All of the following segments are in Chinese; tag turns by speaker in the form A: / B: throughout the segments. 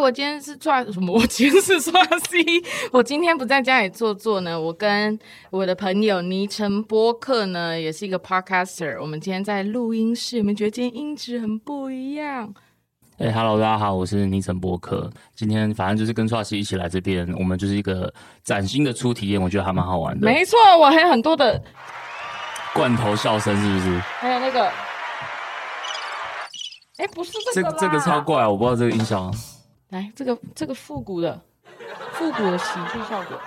A: 我今天是刷什么？我今天是刷 C。我今天不在家里坐坐呢，我跟我的朋友倪晨播客呢，也是一个 podcaster。我们今天在录音室，你们觉得今天音质很不一样？
B: 哎、h e l l o 大家好，我是尼晨博客。今天反正就是跟刷西一起来这边，我们就是一个崭新的初体验，我觉得还蛮好玩的。
A: 没错，我还有很多的，
B: 罐头笑声是不是？
A: 还有那个，哎，不是这
B: 这
A: 个
B: 个
A: 啦，
B: 这个超怪，我不知道这个音效。啊
A: 来，这个这个复古的，复古的喜剧效果，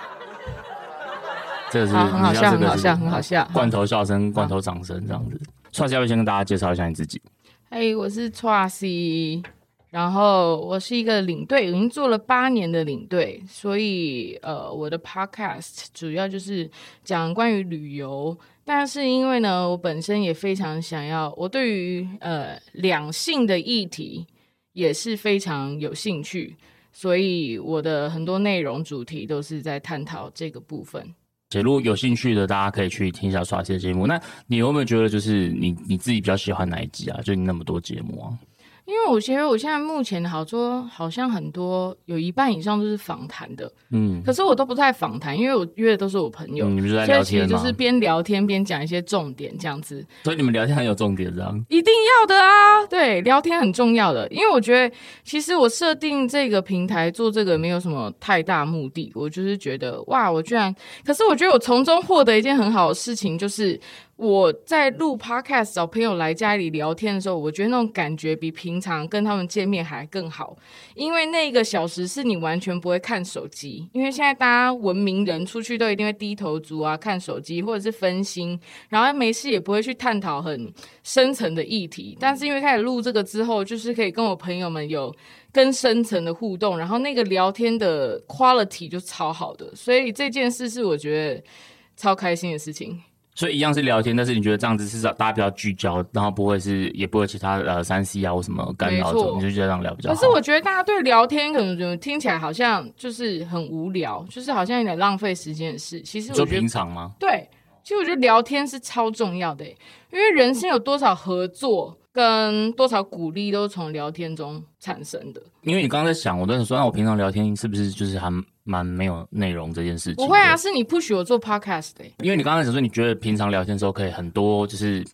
B: 这个是
A: 好，很好
B: 嗯你知道
A: 笑，
B: 这
A: 很
B: 个
A: 好
B: 是
A: 笑，很好笑。
B: 罐头笑声、罐头掌声这样子。刷西要不要先跟大家介绍一下你自己？
A: 嗨，哎我是 t r C，然后我是一个领队，已经做了八年的领队，所以呃，我的 Podcast 主要就是讲关于旅游。但是因为呢，我本身也非常想要，我对于呃两性的议题也是非常有兴趣，所以我的很多内容主题都是在探讨这个部分。
B: 如果有兴趣的，大家可以去听一下刷西的节目。那你有没有觉得就是你你自己比较喜欢哪一集啊？就你那么多节目啊？
A: 因为我觉得我现在目前好多好像很多有一半以上都是访谈的，
B: 嗯，
A: 可是我都不太访谈，因为我约的都是我朋友，
B: 嗯你们就在
A: 所以
B: 聊
A: 其实
B: 天
A: 就
B: 嘛，
A: 是边聊天边讲一些重点这样子，
B: 所以你们聊天很有重点，这样。
A: 一定要的啊，对，聊天很重要的，因为我觉得其实我设定这个平台做这个没有什么太大目的，我就是觉得哇，我居然，可是我觉得我从中获得一件很好的事情，就是我在录 podcast 找朋友来家里聊天的时候，我觉得那种感觉比平常跟他们见面还更好，因为那个小时是你完全不会看手机，因为现在大家文明人出去都一定会低头族啊，看手机或者是分心，然后没事也不会去探讨很深层的议题。但是因为开始录这个之后，就是可以跟我朋友们有更深层的互动，然后那个聊天的 quality 就超好的，所以这件事是我觉得超开心的事情。
B: 所以一样是聊天，但是你觉得这样子至少大家比较聚焦，然后不会是也不会有其他呃三 C 啊或什么干扰
A: 没错
B: 者，你就觉得这样聊比较
A: 可
B: 好。
A: 是我觉得大家对聊天可能就听起来好像就是很无聊，就是好像有点浪费时间的事。其实
B: 你
A: 我
B: 说
A: 觉得
B: 平常吗？
A: 对，其实我觉得聊天是超重要的欸，因为人生有多少合作跟多少鼓励都是从聊天中产生的。
B: 因为你刚刚在想，我在想说，啊那我平常聊天是不是就是还蛮没有内容这件事情？
A: 不会啊，，是你不许我做 podcast 的欸，
B: 因为你刚才想说，你觉得平常聊天的时候可以很多就是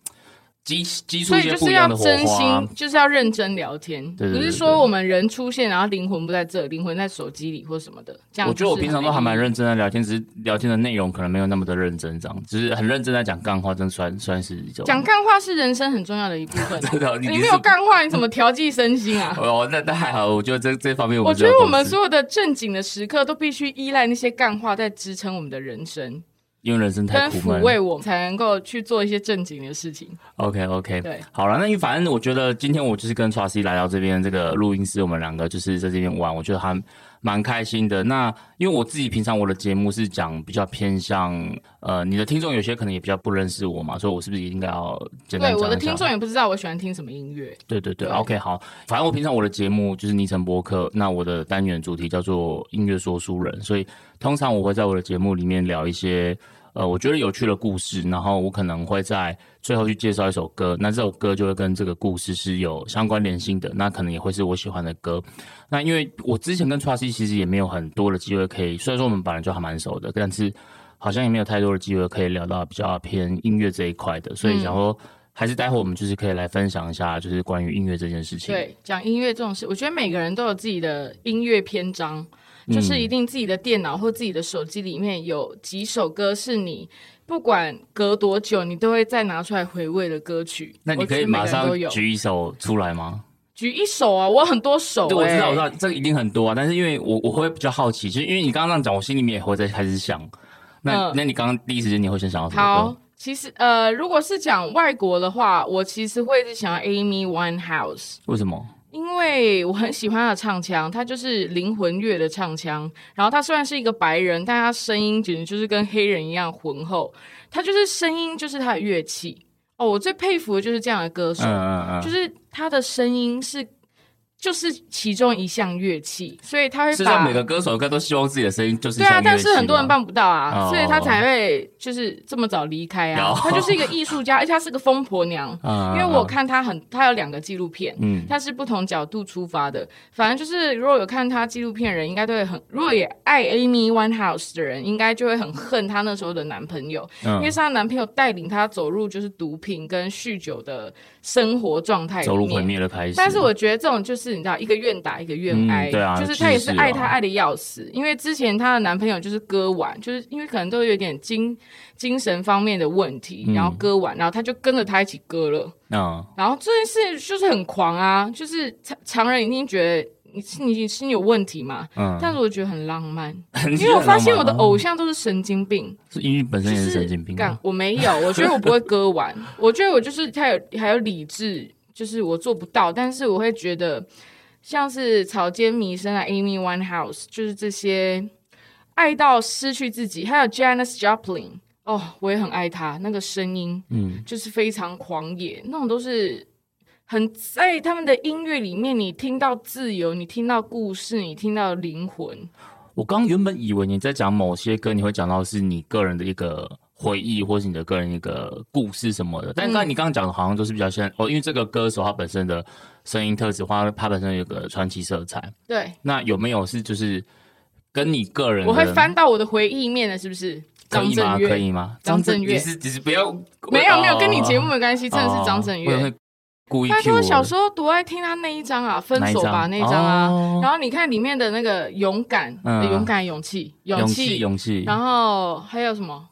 B: 激激出
A: 所
B: 一
A: 以
B: 些
A: 就
B: 不
A: 是
B: 一
A: 要
B: 样的火
A: 真
B: 花啊
A: 心，。就是要认真聊天，
B: 对对
A: 不是
B: 对对
A: 说我们人出现，然后灵魂不在这，灵魂在手机里或什么的。这样
B: 我觉得我平常都还蛮
A: 认。
B: 认真的聊天，只是聊天的内容可能没有那么的认真，这样，只是很认真在讲干话，真算算是一种 。
A: 讲干话是人生很重要的一部分哦
B: 真的， 你
A: 你
B: 你
A: 没
B: 是？
A: 有干话，你怎么调剂身心啊
B: 哦，那那还好，我觉得这这方面
A: 我
B: 我们
A: 觉得我们
B: 是。
A: 所有的正经的时刻都必须依赖那些干话在支撑我们的人生，
B: 因为人生
A: 跟
B: 太苦
A: 抚
B: 闷。
A: 慰我们才能够去做一些正经的事情。
B: OK OK，
A: 对，
B: 好了，那因为反正我觉得今天我就是跟 t r a c y 来到这边这个录音室，我们两个就是在这边玩，我觉得还蛮开心的。那因为我自己平常我的节目是讲比较偏向呃，你的听众有些可能也比较不认识我嘛，所以我是不是也应该要简单
A: 对，
B: 讲一下？
A: 我的听众也不知道我喜欢听什么音乐。
B: 对对对
A: 对
B: o k 好，反正我平常我的节目就是昵称播客，那我的单元主题叫做音乐说书人，所以通常我会在我的节目里面聊一些呃我觉得有趣的故事，然后我可能会在最后去介绍一首歌，那这首歌就会跟这个故事是有相关联性的，那可能也会是我喜欢的歌。那因为我之前跟 t r a c y 其实也没有很多的机会可以，虽然说我们本来就还蛮熟的，但是好像也没有太多的机会可以聊到比较偏音乐这一块的，
A: 嗯
B: 所以想说。还是待会我们就是可以来分享一下，就是关于音乐这件事情。，
A: 对，讲音乐这种事，我觉得每个人都有自己的音乐篇章，
B: 嗯
A: 就是一定自己的电脑或自己的手机里面有几首歌是你不管隔多久你都会再拿出来回味的歌曲。
B: 那你
A: 我觉
B: 可
A: 得
B: 以马
A: 每个人
B: 上
A: 都有
B: 举一首出来吗？
A: 举一首啊，我很多首、欸。
B: 对，我知道，我知道，这个一定很多啊。但是因为我我会比较好奇，就是因为你刚刚这样讲，我心里面也会在开始想。那、
A: 嗯
B: 那你刚刚第一时间你会先想到什么
A: 好
B: 歌？，
A: 其实呃，如果是讲外国的话，我其实会是想要 Amy Winehouse。
B: 为什么？
A: 因为我很喜欢他的唱腔，他就是灵魂乐的唱腔。然后他虽然是一个白人，但他声音简直就是跟黑人一样浑厚。他就是声音就是他的乐
B: 嗯
A: 器。哦，我最佩服的就是这样的歌手，
B: 嗯嗯嗯，
A: 就是他的声音是就是其中一项乐器，所以他会
B: 是
A: 把
B: 让每个歌手应该都希望自己的声音就是
A: 对啊，
B: 像
A: 但
B: 乐器
A: 是很多人
B: 吗
A: 办不到啊，
B: 哦
A: 所以他才会就是这么早离开啊
B: 哦。
A: 他就是一个艺术家，而且他是个疯婆 娘。
B: 啊，
A: 因为我看他很，他有两个纪录片，
B: 嗯
A: 他是不同角度出发的。反正就是如果有看他纪录片的人，应该都会很，如果也爱 Amy Winehouse 的人，应该就会很恨她那时候的男朋友，因为
B: 嗯
A: 是她男朋友带领她走入就是毒品跟酗酒的生活状态
B: 走
A: 里
B: 入毁
A: 面。
B: 灭的开始，
A: 但是我觉得这种就是你知道，一个愿打一个愿挨、
B: 嗯对啊
A: 就是她也
B: 其
A: 是
B: 实是
A: 爱
B: 哦
A: 他爱的要死，因为之前她的男朋友就是割腕，就是因为可能都有点精精神方面的问题，然后
B: 嗯
A: 割腕，然后她就跟着他一起割了。
B: 嗯
A: 然后这件事就是很狂啊，就是常常人一定觉得你是你你心有问题嘛，
B: 嗯，
A: 但是我觉得很浪漫，
B: 你
A: 因
B: 觉
A: 为
B: 得
A: 我发现
B: 浪
A: 我
B: 漫
A: 的
B: 吗嗯
A: 偶像都是神经病，
B: 是因为本身也是神经病啊
A: 就
B: 吗，
A: 干我没有，我觉得我不会割完，我觉得我就是还有还有理智，就是我做不到，但是我会觉得像是草间弥生啊、Amy Winehouse，就是这些爱到失去自己，还有 Janis Joplin，哦，我也很爱她那个声音。
B: 嗯
A: 就是非常狂野，那种都是很在他们的音乐里面，你听到自由，你听到故事，你听到灵魂。
B: 我刚原本以为你在讲某些歌，你会讲到是你个人的一个回忆，或是你的个人一个故事什么的。但
A: 嗯
B: 刚才你刚刚讲的，好像都是比较像哦，因为这个歌手他本身的声音特质，或他他本身有个传奇色彩。
A: 对，
B: 那有没有是就是跟你个人的
A: 我会翻到我的回忆面的，是不是？
B: 可
A: 张
B: 以吗？
A: 震
B: 可
A: 岳
B: 以吗？
A: 张震岳
B: 你是只是不要
A: 没有没有跟你节目
B: 哦
A: 没关系，真的是张震
B: 我以
A: 岳。
B: 为故意
A: 他
B: Q
A: 说
B: 我
A: 小时候多爱听他那一张啊，分
B: 哪一
A: 手
B: 张
A: 吧那一张啊。
B: 哦
A: 然后你看里面的那个勇敢，
B: 嗯
A: 呃勇敢勇气勇
B: 勇
A: 气，
B: 勇气，
A: 然后还有什么？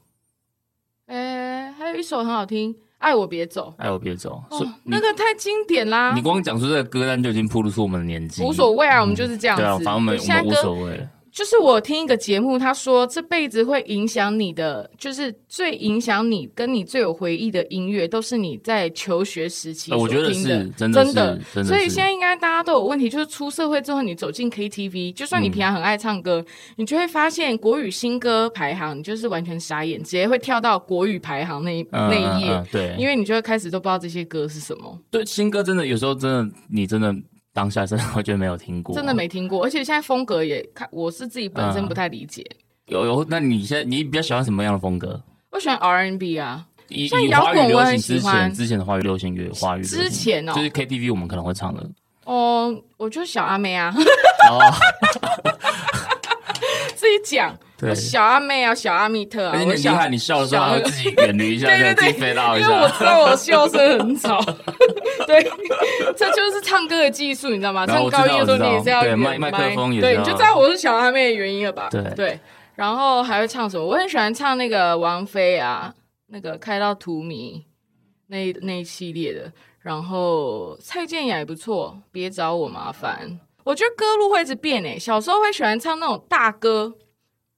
A: 呃，还有一首很好听，《爱我别走》。
B: 哎我别走，所以
A: 哦，那个太经典啦
B: 你，光讲出这个歌单就已经暴露出我们的年纪，
A: 无所谓啊，我们就是这样子。
B: 对啊，反正我们我
A: 现在
B: 们无
A: 歌
B: 所谓了。
A: 就是我听一个节目，他说这辈子会影响你的，就是最影响你跟你最有回忆的音乐，都是你在求学时期
B: 呃
A: 所
B: 我
A: 听
B: 觉
A: 的。
B: 得是真的
A: 的
B: 是真的
A: 所以
B: 是
A: 现在应该大家都有问题，就是出社会之后，你走进 KTV，就算你平常很爱唱歌，你就会发现国语新歌排行，你就是完全傻眼，直接会跳到国语排行那一、
B: 嗯
A: 那一页。
B: 嗯嗯对，
A: 因为你就会开始都不知道这些歌是什么，
B: 对新歌真的有时候真的，你真的当下真的 会觉得没有听过，啊
A: 真的没听过，而且现在风格也看，我是自己本
B: 嗯
A: 身不太理解。
B: 有有。那你现在你比较喜欢什么样的风格？
A: 我喜欢 R&B 啊，
B: 以
A: 像
B: 以
A: 摇
B: 华语
A: 滚
B: 流
A: 我
B: 行
A: 很
B: 之
A: 喜欢
B: 前之前的华语流行乐，华语流行
A: 之前哦
B: 就是 KTV 我们可能会 唱的。
A: 哦，我就是小阿妹啊，
B: 哦，
A: 自己讲，
B: 对
A: 我小阿妹啊，小阿密特啊
B: 而且，你
A: 我
B: 很厉
A: 小，
B: 害，你笑的时候还会自己远离一下，
A: 对 对
B: 自己
A: 对
B: 飞到一
A: 因为我
B: 下。
A: 知道我笑声很 吵，对，这就是唱歌的技术，你知道吗？
B: 然后
A: 唱高
B: 我知道
A: 音的时候你也是要
B: 我知道对
A: 远
B: 麦麦克风也是
A: 对，
B: 要
A: 你就知道我是小阿妹的原因了吧？
B: 对
A: 对，然后还会唱什么？我很喜欢唱那个王菲啊，那个开到荼蘼那那一系列的，然后蔡健雅也不错，别找我麻烦。我觉得歌路会一直变诶、小时候会喜欢唱那种大歌，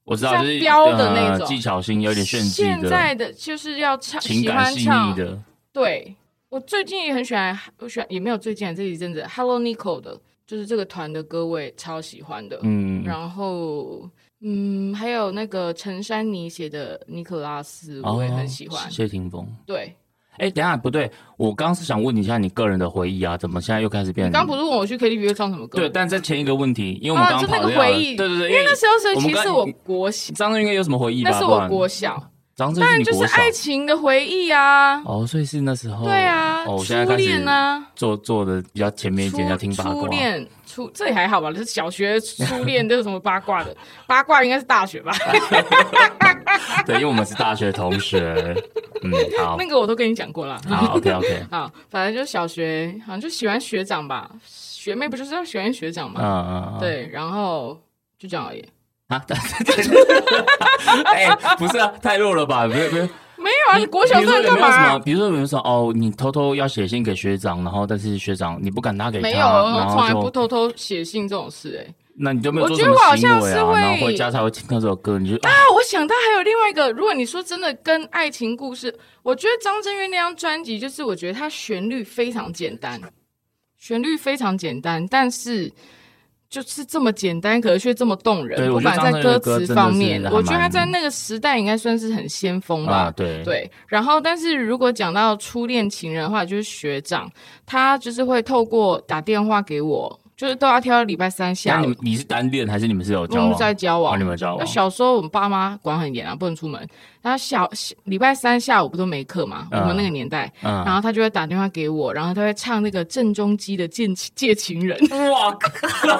B: 我知道，
A: 像
B: 就是
A: 飙的那
B: 呃
A: 种
B: 技巧性有点炫技
A: 现
B: 的，
A: 在的就是要唱，
B: 情
A: 喜
B: 感
A: 欢
B: 细腻
A: 唱。
B: 的。
A: 对我最近也很喜欢，我喜欢也没有最近啊这一阵子，Hello Nico 的，就是这个团的歌我也超喜欢的。
B: 嗯，
A: 然后，嗯，还有那个陈珊妮写的《尼可拉斯》，我也很喜欢。
B: 哦谢霆锋。
A: 对，
B: 哎，等一下不对，我刚是想问你一下你个人的回忆啊，怎么现在又开始变？
A: 你刚不是问我去 KTV 会唱什么歌？
B: 对，，但在前一个问题，因为我们
A: 啊
B: 刚刚
A: 就那
B: 跑
A: 个
B: 掉了
A: 回忆
B: 对对对，
A: 因为那时候是
B: 我们
A: 其
B: 刚
A: 实我国小，
B: 张震岳有什么回忆吧？
A: 那是
B: 不
A: 我
B: 然
A: 国小，
B: 张震
A: 当
B: 岳
A: 然
B: 你
A: 就是
B: 国小
A: 爱情的回忆啊。
B: 哦，所以是那时候
A: 对啊，
B: 哦，我现在
A: 初
B: 开
A: 恋
B: 始
A: 啊，
B: 做做的比较前面一点，要听
A: 初
B: 八卦。
A: 初恋初这也还好吧，这小学初恋这有什么八卦的？ 八卦应该是大学 吧。
B: 对，因为我们是大学同学，嗯，好
A: 那，个我都跟你讲过了。
B: 好，OK OK，
A: 好，反正就小学好像就喜欢学长吧，学妹不就是要喜欢学长
B: 嗯
A: 嘛？
B: 嗯，嗯，
A: 对，然后就这样而已。
B: 啊，但是哎，不是啊，太弱了吧？不是不是，
A: 没有啊，你国小
B: 比如
A: 生
B: 说有
A: 干
B: 没有什么？
A: 嘛？
B: 比如说有没有说哦，你偷偷要写信给学长，然后但是学长你不敢拿给他，
A: 没有，
B: 啊然
A: 我从来
B: 后
A: 不
B: 就
A: 偷偷写信这种事。哎，
B: 那你就没有
A: 我
B: 做
A: 觉
B: 什
A: 得
B: 么
A: 我好
B: 行
A: 像
B: 为
A: 是
B: 啊？然后
A: 会
B: 回家才会听到这首歌，你就啊
A: 啊，我想到还有另外一个，如果你说真的跟爱情故事，我觉得张震岳那张专辑就是，我觉得它旋律非常简单，旋律非常简单，但是。就是这么简单，可是却这么动人。
B: 对
A: 不
B: 我觉得
A: 管在
B: 张震岳的歌
A: 词
B: 真的
A: 方
B: 是
A: 面
B: 还，
A: 我觉得他
B: 蛮
A: 在那个时代应该算是很先锋吧。
B: 啊，对，
A: 对，然后但是如果讲到初恋情人的话，就是学长，他就是会透过打电话给我，就是都要挑到礼拜三
B: 那
A: 下
B: 你
A: 午
B: 们。你是单恋还是你们是有交
A: 我
B: 往？
A: 们在交
B: 哦
A: 往，
B: 你们有交往
A: 那小时候我们爸妈管很严啊，不能出门。然后小礼拜三下午不都没课嘛？
B: 嗯
A: 我们那个年代，
B: 嗯，
A: 然后他就会打电话给我，然后他会唱那个郑中基的《借借情人》
B: 哇 靠！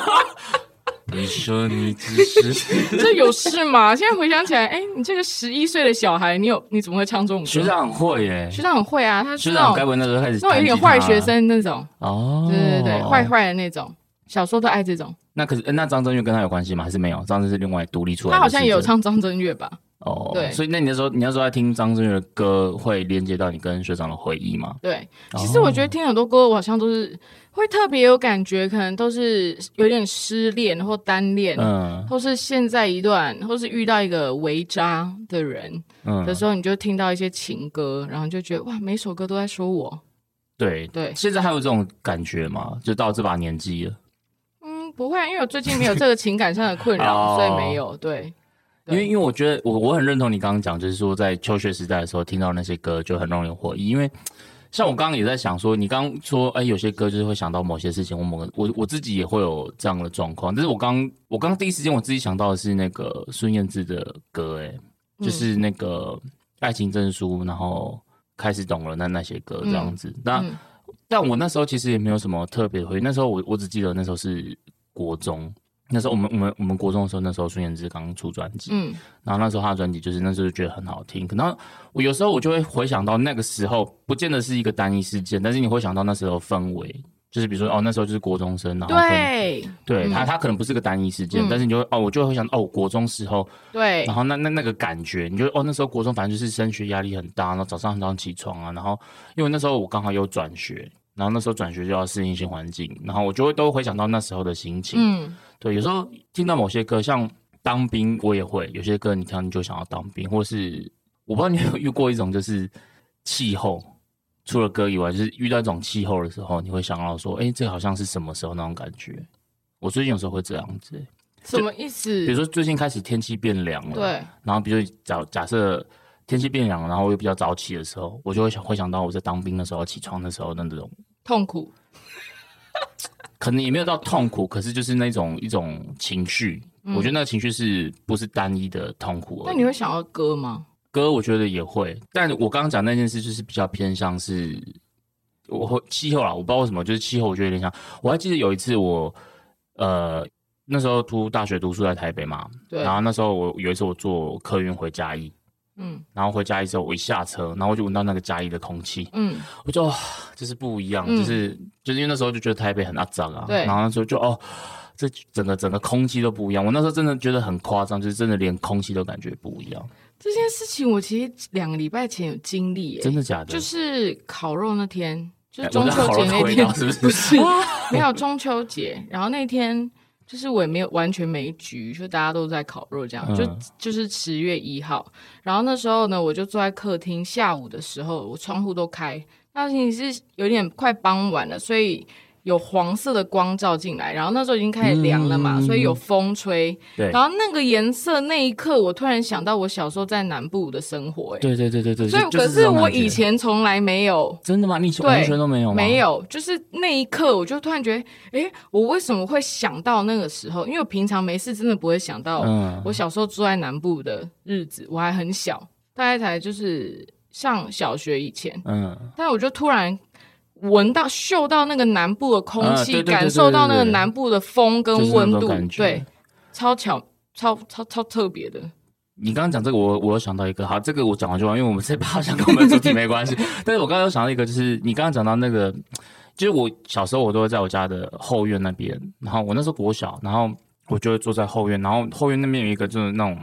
B: 你说你只是
A: 这有事吗？现在回想起来，哎，你这个十一岁的小孩，你有你怎么会唱这种歌？
B: 学长很会耶，
A: 学长很会啊，他是
B: 学
A: 那
B: 长该
A: 种
B: 不会那时候开始
A: 那种有点
B: 弹
A: 坏
B: 吉他
A: 学生那种，
B: 啊哦，
A: 对对对，坏。坏的那种。小时候都爱这种，
B: 那可是呃那张震岳跟他有关系吗？还是没有？张震岳是另外独立出来的
A: 他好像也有
B: 啊是
A: 唱张震岳吧？
B: 哦，
A: 对
B: 所以那你那时候你那时候在听张震岳的歌，会连接到你跟学长的回忆吗？
A: 对，
B: 哦
A: 其实我觉得听很多歌，我好像都是会特别有感觉，可能都是有点失恋或单恋，
B: 嗯
A: 或是现在一段，或是遇到一个为渣的人的
B: 嗯，
A: 时候，你就听到一些情歌，然后你就觉得哇，每首歌都在说我。
B: 对
A: 对
B: 现在还有这种感觉吗？就到这把年纪了，
A: 嗯，不会啊，因为我最近没有这个情感上的困扰，
B: 哦
A: 所以没有。对，
B: 因为
A: 对
B: 因为我觉得我我很认同你刚刚讲，就是说在求学时代的时候听到那些歌就很容易有回忆，因为。像我刚刚也在想说，你刚刚说，哎、有些歌就是会想到某些事情，我某个我我自己也会有这样的状况。但是我刚我刚第一时间我自己想到的是那个孙燕姿的歌、哎，
A: 嗯
B: 就是那个爱情证书，然后开始懂了那那些歌这样子。那、
A: 嗯
B: 但我那时候其实也没有什么特别回忆，那时候我我只记得那时候是国中，那时候我们我们我们国中的时候，那时候孙燕姿刚出专辑，
A: 嗯
B: 然后那时候她的专辑就是那时候就觉得很好听。可能我有时候我就会回想到那个时候，不见得是一个单一事件，但是你会想到那时候氛围。就是比如说哦，那时候就是国中生，然后可能
A: 对
B: 对
A: 嗯
B: 他，他可能不是个单一事件，
A: 嗯
B: 但是你就会哦，我就会想哦，国中时候
A: 对嗯
B: 然，后那那那个感觉，你就哦那时候国中反正就是升学压力很大，然后早上很早起床啊，然后因为那时候我刚好有转学，然后那时候转学就要适应新环境，然后我就会都回想到那时候的心情。
A: 嗯
B: 对，有时候听到某些歌，像当兵我也会，有些歌你听你就想要当兵，或是我不知道你有没有遇过一种就是气候。除了歌以外，就是遇到一种气候的时候，你会想到说，哎、这好像是什么时候那种感觉。我最近有时候会这样子、
A: 什么意思
B: 比？如说最近开始天气变凉了，
A: 对，
B: 然后比如假假设天气变凉了，然后我又比较早起的时候，我就会想会想到我在当兵的时候起床的时候的那种，
A: 痛苦。
B: 可能也没有到痛苦，可是就是那种一种情绪。我觉得那个情绪是不是单一的痛苦
A: 嗯
B: 而
A: 那
B: 已？
A: 你会想要歌吗？
B: 歌我觉得也会，但我刚刚讲那件事就是比较偏向是，我会气候啦，我不知道为什么，就是气候我觉得有点像。我还记得有一次我，呃，那时候读大学读书在台北嘛，
A: 对
B: 然后那时候我有一次我坐客运回嘉义，
A: 嗯
B: 然后回嘉义之后，我一下车，然后我就闻到那个嘉义的空气，
A: 嗯，
B: 我就、哦、就是不一样，
A: 嗯
B: 就是就是因为那时候就觉得台北很肮脏啊，
A: 对
B: 然后那时候就哦，这整个整个空气都不一样。我那时候真的觉得很夸张，就是真的连空气都感觉不一样，
A: 这件事情我其实两个礼拜前有经历耶，
B: 真的假的？
A: 就是烤肉那天，就是
B: 哎
A: 中秋节那
B: 我知道烤肉的味
A: 天
B: 道，是不是
A: 没有中秋节，然后那天就是我也没有完全没局，就大家都在烤肉这样，
B: 嗯
A: 就就是十月一号，然后那时候呢，我就坐在客厅，下午的时候我窗户都开，那你是有点快傍晚了，所以。有黄色的光照进来，然后那时候已经开始凉了嘛，
B: 嗯
A: 所以有风吹。
B: 对
A: 然后那个颜色那一刻，我突然想到我小时候在南部的生活、哎，
B: 对对对对对，
A: 所以
B: 就
A: 可
B: 就是这种
A: 我
B: 感觉
A: 以前从来没有。
B: 真的吗？你以前
A: 对
B: 完全都没有吗？
A: 没，有，就是那一刻，我就突然觉得，诶，我为什么会想到那个时候？因为我平常没事，真的不会想到
B: 嗯
A: 我小时候住在南部的日子，我还很小，大概才就是上小学以前，
B: 嗯，
A: 但我就突然闻到、嗅到那个南部的空
B: 啊对
A: 气，
B: 对对
A: 感
B: 对
A: 受到那个
B: 对对
A: 南部的风
B: 就是
A: 跟
B: 那
A: 温
B: 种
A: 度，
B: 感觉
A: 对，超巧、超超超特别的。
B: 你刚刚讲这个，我我有想到一个，好，这个我讲完就完，因为我们这 把好像跟我们的主题没关系。但是我刚刚有想到一个，就是你刚刚讲到那个，就是我小时候我都会在我家的后院那边，然后我那时候国小，然后我就会坐在后院，然后后院那边有一个就是那种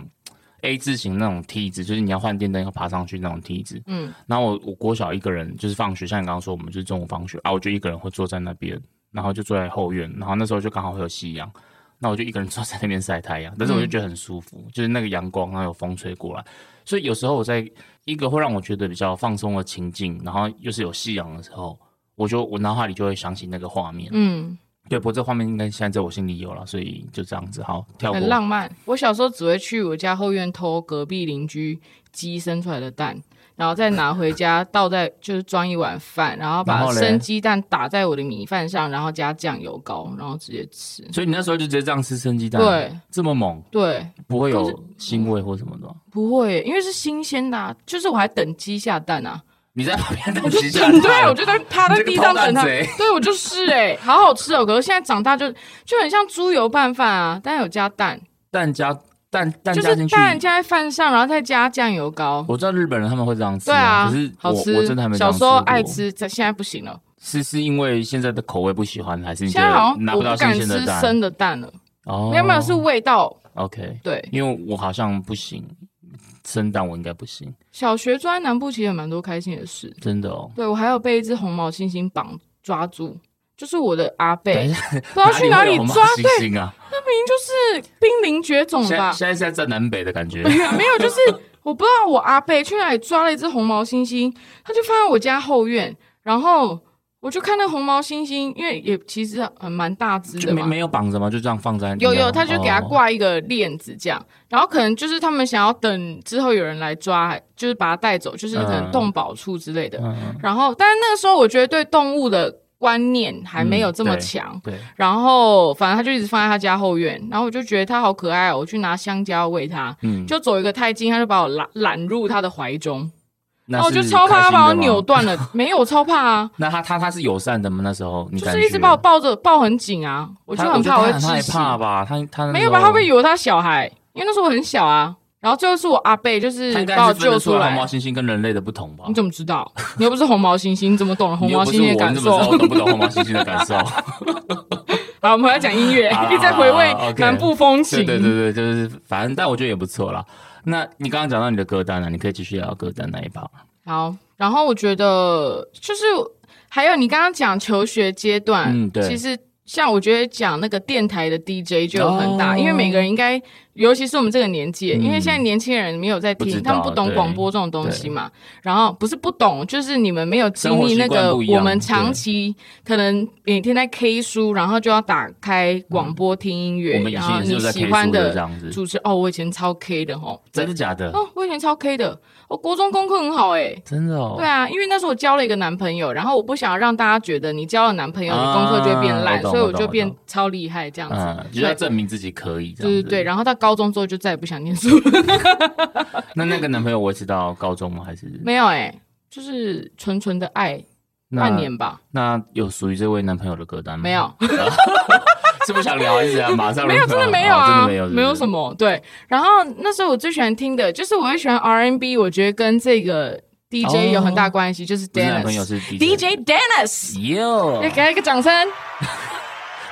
B: A 字形那种梯子，就是你要换电灯要爬上去那种梯子。
A: 嗯，
B: 然后我我国小一个人就是放学，像你刚刚说我们就是中午放学啊，我就一个人会坐在那边，然后就坐在后院，然后那时候就刚好会有夕阳，那我就一个人坐在那边晒太阳，但是我就觉得很舒服，就是那个阳光，然后有风吹过来，所以有时候我在一个会让我觉得比较放松的情境，然后又是有夕阳的时候，我就我脑海里就会想起那个画面，
A: 嗯，
B: 对，不过这画面应该现在在我心里有了，所以就这样子，好跳过。
A: 很浪漫。我小时候只会去我家后院偷隔壁邻居鸡生出来的蛋，然后再拿回家倒在就是装一碗饭，然后
B: 然
A: 把
B: 后嘞
A: 生鸡蛋打在我的米饭上，然后加酱油膏，然后直接吃。
B: 所以你那时候就直接这样吃生鸡蛋，
A: 对，
B: 这么猛，
A: 对，
B: 不会
A: 可是
B: 有腥味或什么的吗。
A: 不会耶，因为是新鲜的、啊，就是我还等鸡下蛋啊，
B: 你在旁边
A: 我
B: 等
A: 就
B: 鸡下
A: 等，
B: 蛋，啊
A: 对，我就在趴在地上等它
B: 你这个偷蛋。欸
A: 对，我就是哎、好好吃哦。可是现在长大就就很像猪油拌饭啊，但有加蛋，
B: 蛋加蛋蛋
A: 就
B: 加
A: 是
B: 进去。
A: 蛋加在饭上，然后再加酱油膏。
B: 我知道日本人他们会这样吃，
A: 对啊，
B: 可是我
A: 好吃，
B: 我真的还没这
A: 小
B: 样
A: 时候
B: 过
A: 爱，吃，这现在不行了。
B: 是是因为现在的口味不喜欢，还是你觉
A: 现在好
B: 得
A: 像
B: 拿
A: 我
B: 到
A: 不
B: 新
A: 敢
B: 鲜的
A: 吃
B: 蛋？
A: 生的蛋了，
B: 哦，
A: 没有没有是味道。
B: OK，
A: 对，
B: 因为我好像不行，生蛋我应该不行，
A: 小学住在南部其实也蛮多开心的事。
B: 真的哦。
A: 对我还有被一只红毛猩猩绑抓住，就是我的阿
B: 等
A: 贝
B: 一，
A: 不知道去哪
B: 里
A: 里
B: 会有
A: 抓，
B: 红毛
A: 对，
B: 猩猩啊？
A: 明明就是濒临绝种
B: 现在
A: 吧？
B: 现在是在站南北的感觉，
A: 没有，就是我不知道我阿贝去哪里抓了一只红毛猩猩，他就放在我家后院，然后我就看那红毛猩猩，因为也其实很蛮大只
B: 就
A: 的
B: 没
A: 嘛，
B: 没有绑着吗？就这样放在
A: 有有，他就给他
B: 哦
A: 挂一个链子这样，然后可能就是他们想要等之后有人来抓，就是把它带走，就是可能
B: 嗯
A: 动保处之类的。
B: 嗯，
A: 然后，但是那个时候我觉得对动物的观念还没有这么
B: 嗯对
A: 强，
B: 对，
A: 然后反正他就一直放在他家后院，然后我就觉得它好可爱哦，我去拿香蕉喂它，
B: 嗯，
A: 就走一个太近，它就把我揽揽入它的怀中，然
B: 那
A: 哦后我就是超怕
B: 开
A: 它
B: 心的
A: 把我
B: 吗
A: 扭。断了，没有，我超怕啊。
B: 那他他他是友善的吗？那时候 你
A: 就
B: 感
A: 是一直
B: 觉
A: 把我抱着抱很紧啊，我就
B: 他
A: 很
B: 觉得
A: 怕我会
B: 他很害
A: 窒息。
B: 怕吧？他他那
A: 没有吧？
B: 时候
A: 他会以为他小孩，因为那时候我很小啊。然后最后是我阿贝，就是
B: 他应该
A: 把我
B: 是分
A: 救
B: 得出来
A: 来
B: 红毛。猩猩跟人类的不同吧？
A: 你怎么知道？你又不是红毛猩猩，你怎么懂了红
B: 你又
A: 毛
B: 不
A: 猩
B: 是我，
A: 猩的
B: 你
A: 感
B: 怎么知
A: 受？
B: 道我懂不懂红毛猩猩的感 受？
A: 好，我们回来讲音乐，
B: 好
A: 一
B: 啦
A: 直在回味
B: 好啦，OK
A: 南部风
B: 对
A: 情。
B: 对对对，就是反正，但我觉得也不错啦。那你刚刚讲到你的歌单了、啊你可以继续聊歌单那一趴。
A: 好，然后我觉得就是还有你刚刚讲求学阶段，
B: 嗯对
A: 其实。像我觉得讲那个电台的 DJ 就有很大，
B: 哦
A: 因为每个人应该，尤其是我们这个年纪，
B: 嗯
A: 因为现在年轻人没有在
B: 不知
A: 听，
B: 道
A: 他们不懂
B: 对
A: 广播这种东西嘛。然后不是不懂，就是你们没有经历那
B: 生活习惯
A: 个
B: 不一
A: 我
B: 样
A: 们长期可能每天在 K 书，然后就要打开广播听音乐
B: 嗯我，们以
A: 然
B: 前
A: 后
B: 也是
A: 啊你
B: 有在
A: 喜
B: K
A: 欢
B: 书的这
A: 的
B: 样子，
A: 主持哦，我以前超 K 的吼，
B: 真的假的？
A: 哦，我以前超 K 的，我国中功课很好哎、
B: 真的哦。
A: 对啊，因为那时候我交了一个男朋友，然后我不想要让大家觉得你交了男朋友，你功课就会变烂，
B: 啊我懂
A: 所以
B: 我
A: 我
B: 懂
A: 就
B: 我
A: 变
B: 懂
A: 超厉害这样子。
B: 嗯，就是要证明自己可以这
A: 对对
B: 样子。
A: 对，然后到高中之后就再也不想念书了。
B: 那那个男朋友维持到高中吗？还是
A: 没有哎、就是纯纯的爱，
B: 那
A: 半年吧，
B: 那有属于这位男朋友的歌单吗？啊
A: 没有，
B: 是不想聊，还是想马上
A: 没有，真的没有
B: 哦真
A: 啊，
B: 的没有，
A: 什
B: 么。
A: 么。对，然后那时候我最喜欢听的就是我会喜欢 R&B，我觉得跟这个 DJ 有很大关系，就是
B: 不是哦男朋
A: Dennis
B: 友是哦
A: DJ Dennis，
B: 哟
A: 要，给他一个掌声。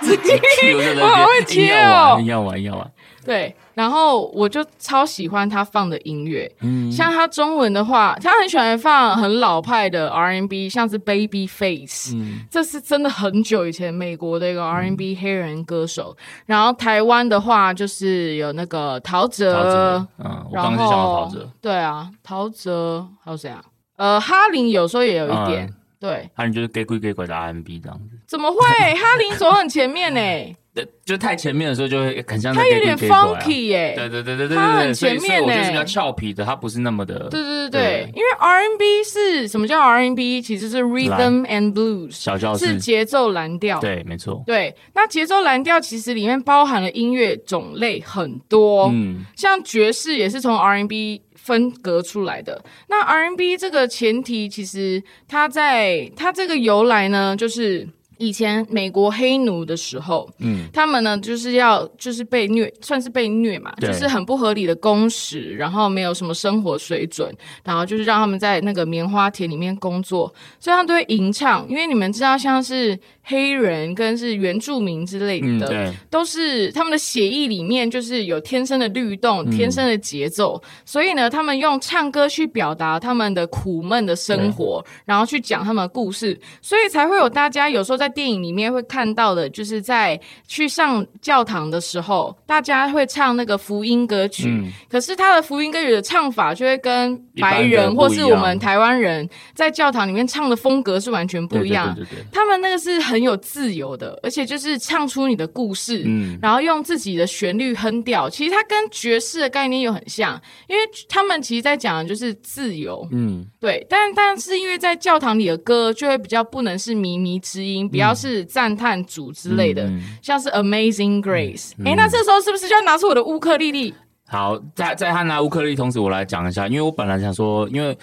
B: 自己 Q 在
A: 我好
B: 那
A: 会
B: 边，硬
A: 切
B: 要
A: 哦
B: 玩，硬要玩，硬要玩。
A: 对，然后我就超喜欢他放的音乐，
B: 嗯，
A: 像他中文的话，他很喜欢放很老派的 R&B，像是 Baby Face，、
B: 嗯
A: 这是真的很久以前美国的一个 R&B 黑人歌手。然后台湾的话，就是有那个陶喆，
B: 陶喆，嗯，我
A: 呃然
B: 刚刚
A: 后
B: 是想到陶喆，
A: 对啊，陶喆还有谁啊？呃，哈林有时候也有一点，
B: 嗯
A: 对，
B: 他人就是 gay 鬼 gay 鬼的 RMB 这样子。
A: 怎么会？哈林走很前面呢、欸
B: 呃就太前面的时候就会很像
A: 他
B: 在
A: 有
B: gay
A: 点
B: gay 鬼啊
A: funky 欸耶、
B: 对对对对对
A: 他
B: 对
A: 很
B: 对，所以
A: 前
B: 所以我
A: 面
B: 觉得
A: 欸
B: 是比较俏皮的，他不是那么的
A: 对对对
B: 对
A: 对，因为 R N B 是什么叫 R N B？其实是 Rhythm and Blues，
B: 小教
A: 是
B: 室。
A: 节奏蓝调。
B: 对，没错。
A: 对那节奏蓝调其实里面包含了音乐种类很多，
B: 嗯，
A: 像爵士也是从 R N B 分隔出来的。那 R N B 这个前提，其实它在它这个由来呢，就是以前美国黑奴的时候，
B: 嗯，
A: 他们呢就是要就是被虐，算是被虐嘛，
B: 对
A: 就是很不合理的工时，然后没有什么生活水准，然后就是让他们在那个棉花田里面工作，所以他们都会吟唱，因为你们知道，像是黑人跟是原住民之类
B: 嗯，
A: 的，
B: 对，
A: 都是他们的血液里面就是有天生的律
B: 嗯
A: 动、天生的节奏，所以呢，他们用唱歌去表达他们的苦闷的生活，然后去讲他们的故事，所以才会有大家有时候在电影里面会看到的，就是在去上教堂的时候，大家会唱那个福音歌曲，
B: 嗯
A: 可是他的福音歌曲的唱法就会跟白
B: 一般
A: 人
B: 人
A: 或
B: 不一
A: 是
B: 样
A: 我们台湾人在教堂里面唱的风格是完全不一样。
B: 对对对对对
A: 他们那个是很有自由的，而且就是唱出你的故事，
B: 嗯
A: 然后用自己的旋律哼掉。其实它跟爵士的概念又很像，因为他们其实在讲的就是自由，
B: 嗯，
A: 对。但但是因为在教堂里的歌就会比较不能是靡靡之音，比较是赞叹主之类的，
B: 嗯嗯
A: 像是 Amazing Grace。诶，那这时候是不是就要拿出我的乌克丽丽？
B: 好，在在他拿乌克丽同时，我来讲一下，因为我本来想说，因为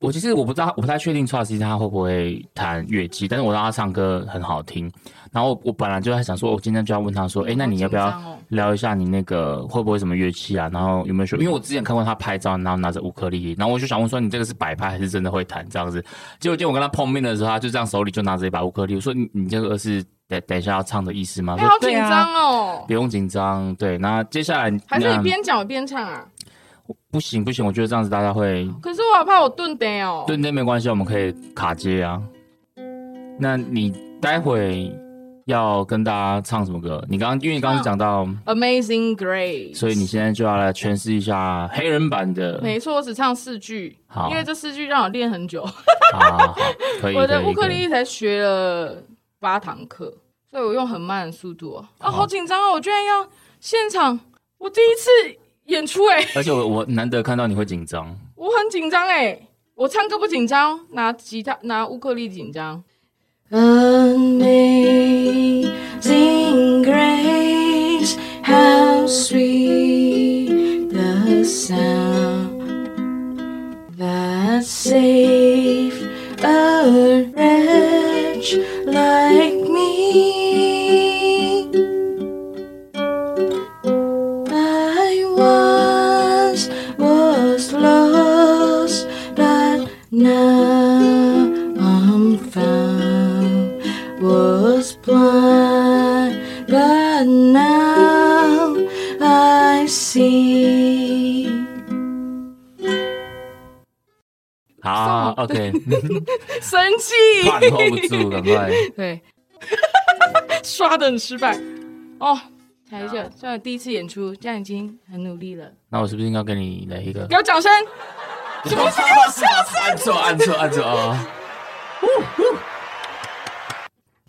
B: 我其实我不知道，我不太确定 Trust 他会不会弹乐器，但是我知道他唱歌很好听，然后我本来就在想说，我哦今天就要问他说，哎、那你要不
A: 好
B: 要
A: 紧张哦
B: 聊一下你那个会不会什么乐器啊？然后有没有学？因为我之前看过他拍照，然后拿着乌克丽丽，然后我就想问说，你这个是摆拍还是真的会弹这样子？结果今天我跟他碰面的时候，他就这样手里就拿着一把乌克丽，我说你你这个是等等一下要唱的意思吗？
A: 哎、
B: 他说
A: 好紧
B: 对啊
A: 张哦！
B: 不用紧张，对。那接下来
A: 还是
B: 那
A: 你边讲我边唱啊？
B: 不行不行，我觉得这样子大家会
A: 可是我好怕我顿呆哦。
B: 对那没关系，我们可以卡接啊。那你待会要跟大家唱什么歌？你刚刚因为你刚刚讲到，
A: Amazing Grace。
B: 所以你现在就要来诠释一下黑人版的。
A: 没错，我只唱四句，
B: 嗯好
A: 因为这四句让我练很久。
B: 好好好，可以。
A: 我的
B: 可以
A: 乌克
B: 可以
A: 丽丽才学了八堂课，所以我用很慢的速度啊，啊，
B: 好
A: 好紧张哦！我居然要现场，我第一次演出哎、
B: 而且我我难得看到你会紧张，
A: 我很紧张哎，我唱歌不紧张，拿吉他拿乌克丽紧张。Amazing grace, how sweet the sound that saved a wretch like me. I once was lost, but now I'm found. Was blind, but now I see.
B: 好好好
A: 送
B: ，OK，
A: 生气，
B: 怕你 hold 不住，赶快。
A: 对， 刷的很失败。哦，台下虽然第一次演出，这样已经很努力了。
B: 那我是不是应该给你来一个？
A: 给我掌声！
B: 什么是给我笑死？按错按错按错啊！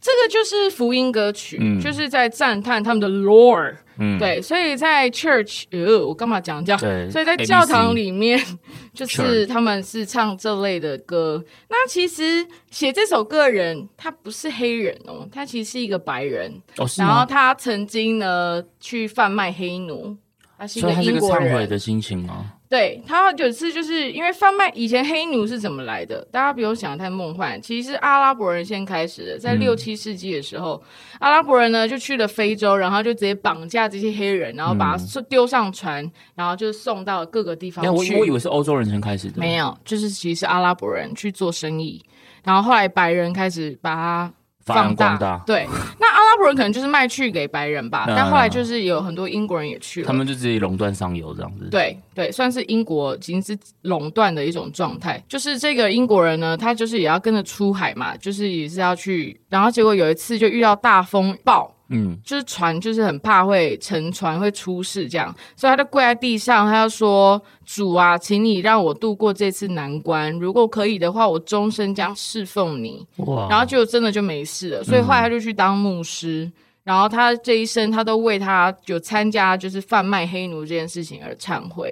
A: 这个就是福音歌曲，
B: 嗯
A: 就是在赞叹他们的 Lord。
B: 嗯，
A: 对，所以在 church，呃，我干嘛讲这样？
B: 对
A: 所以在
B: ABC
A: 教堂里面， 就
B: Church
A: 是他们是唱这类的歌。那其实写这首歌的人，他不是黑人哦，他其实是一个白人，
B: 哦是
A: 然后
B: 吗？
A: 他曾经呢去贩卖黑奴，他是一
B: 所
A: 个
B: 以他是一
A: 英
B: 个
A: 国
B: 忏悔
A: 人。
B: 的心情吗？
A: 对他有一次就是因为贩卖以前黑奴是怎么来的，大家不用想得太梦幻，其实是阿拉伯人先开始的，
B: 嗯
A: 在六七世纪的时候，阿拉伯人呢就去了非洲，然后就直接绑架这些黑人，然后
B: 嗯
A: 把他丢上船，然后就送到各个地方
B: 哎，我
A: 去。
B: 我以为是欧洲人先开始的，
A: 没有，就是其实是阿拉伯人去做生意，然后后来白人开始把它
B: 发
A: 放
B: 扬
A: 大。
B: 光大，
A: 对，那阿拉伯人可能就是卖去给白人吧，
B: 嗯
A: 但后来就是有很多英国人也去了。
B: 他们就自己垄断上游这样子。，
A: 对对，算是英国已经是垄断的一种状态。就是这个英国人呢，他就是也要跟着出海嘛，就是也是要去，然后结果有一次就遇到大风暴。
B: 嗯，
A: 就是船，就是很怕会沉船会出事这样，所以他就跪在地上，他就说：“主啊，请你让我度过这次难关，如果可以的话，我终身将侍奉你。”
B: 哇
A: 然后就真的就没事了，所
B: 嗯
A: 以后来他就去当牧师。然后他这一生，他都为他有参加就是贩卖黑奴这件事情而忏悔。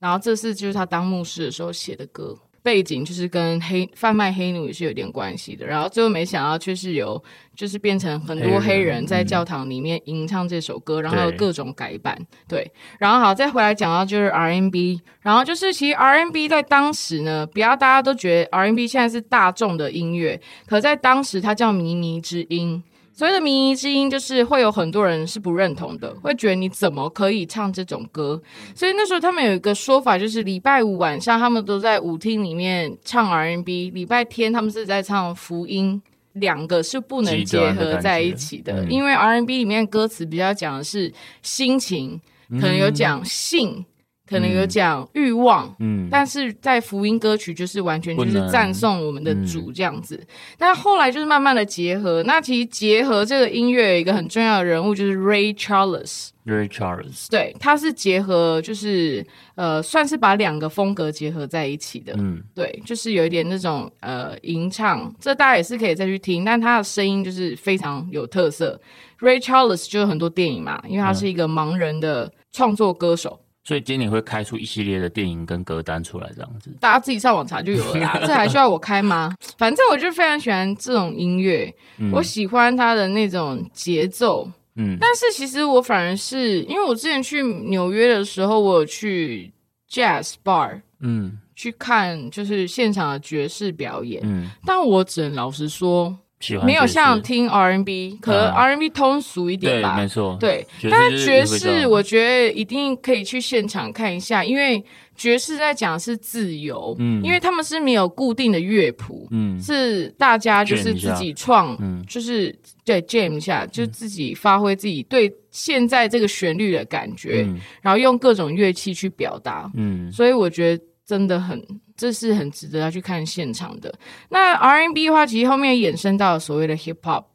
A: 然后这是就是他当牧师的时候写的歌，背景就是跟黑贩卖黑奴也是有点关系的。然后最后没想到却是有就是变成很多
B: 黑
A: 黑
B: 人
A: 人在
B: 嗯
A: 教堂里面吟唱这首歌，然后
B: 对
A: 有各种改版，对。然后好，再回来讲到就是 RNB，然后就是其实 RNB 在当时呢，不要大家都觉得 RNB 现在是大众的音乐，可在当时它叫靡靡之音。所谓的靡靡之音，就是会有很多人是不认同的，会觉得你怎么可以唱这种歌？
B: 嗯
A: 所以那时候他们有一个说法，就是礼拜五晚上他们都在舞厅里面唱 R&B，礼拜天他们是在唱福音，两个是不能结合在一起
B: 极端
A: 的，
B: 的感觉嗯
A: 因为 R&B 里面歌词比较讲的是心情，可能有讲性。可能有讲欲望，
B: 嗯，
A: 但是在福音歌曲就是完全就
B: 不
A: 是
B: 能嗯
A: 赞颂我们的主这样子。但后来就是慢慢的结合，那其实结合这个音乐有一个很重要的人物就是 Ray Charles，
B: Ray Charles，
A: 对，他是结合就是呃算是把两个风格结合在一起的，
B: 嗯，
A: 对，就是有一点那种呃吟唱，这大家也是可以再去听，但他的声音就是非常有特色。Ray Charles 就有很多电影嘛，因为他
B: 嗯
A: 是一个盲人的创作歌手，
B: 所以今年会开出一系列的电影跟歌单出来，这样子。
A: 大家自己上网查就有了 啦。这还需要我开吗？反正我就非常喜欢这种音乐，
B: 嗯
A: 我喜欢它的那种节奏。
B: 嗯，
A: 但是其实我反而是因为我之前去纽约的时候，我有去 jazz bar
B: 嗯
A: 去看就是现场的爵士表演，
B: 嗯，
A: 但我只能老实说。
B: 喜欢
A: 没有
B: 爵士
A: 像听 R&B，可能
B: 嗯
A: R&B 通俗一点
B: 对，
A: 吧
B: 没。错，
A: 对，
B: 爵士
A: 但
B: 就是是
A: 爵
B: 一
A: 士，
B: 个
A: 我觉得一定可以去现场看一下，因为爵士在讲的是自由，
B: 嗯
A: 因为他们是没有固定的乐谱，
B: 嗯
A: 是大家就
B: jam
A: 是
B: 一
A: 自
B: 下
A: 己创，
B: 嗯
A: 就是对 jam 一下，就自己发挥自己对现在这个旋律的感觉，
B: 嗯
A: 然后用各种乐器去表达，
B: 嗯
A: 所以我觉得真的很，这是很值得要去看现场的。那 R&B 的话，其实后面衍生到所谓的 Hip Hop，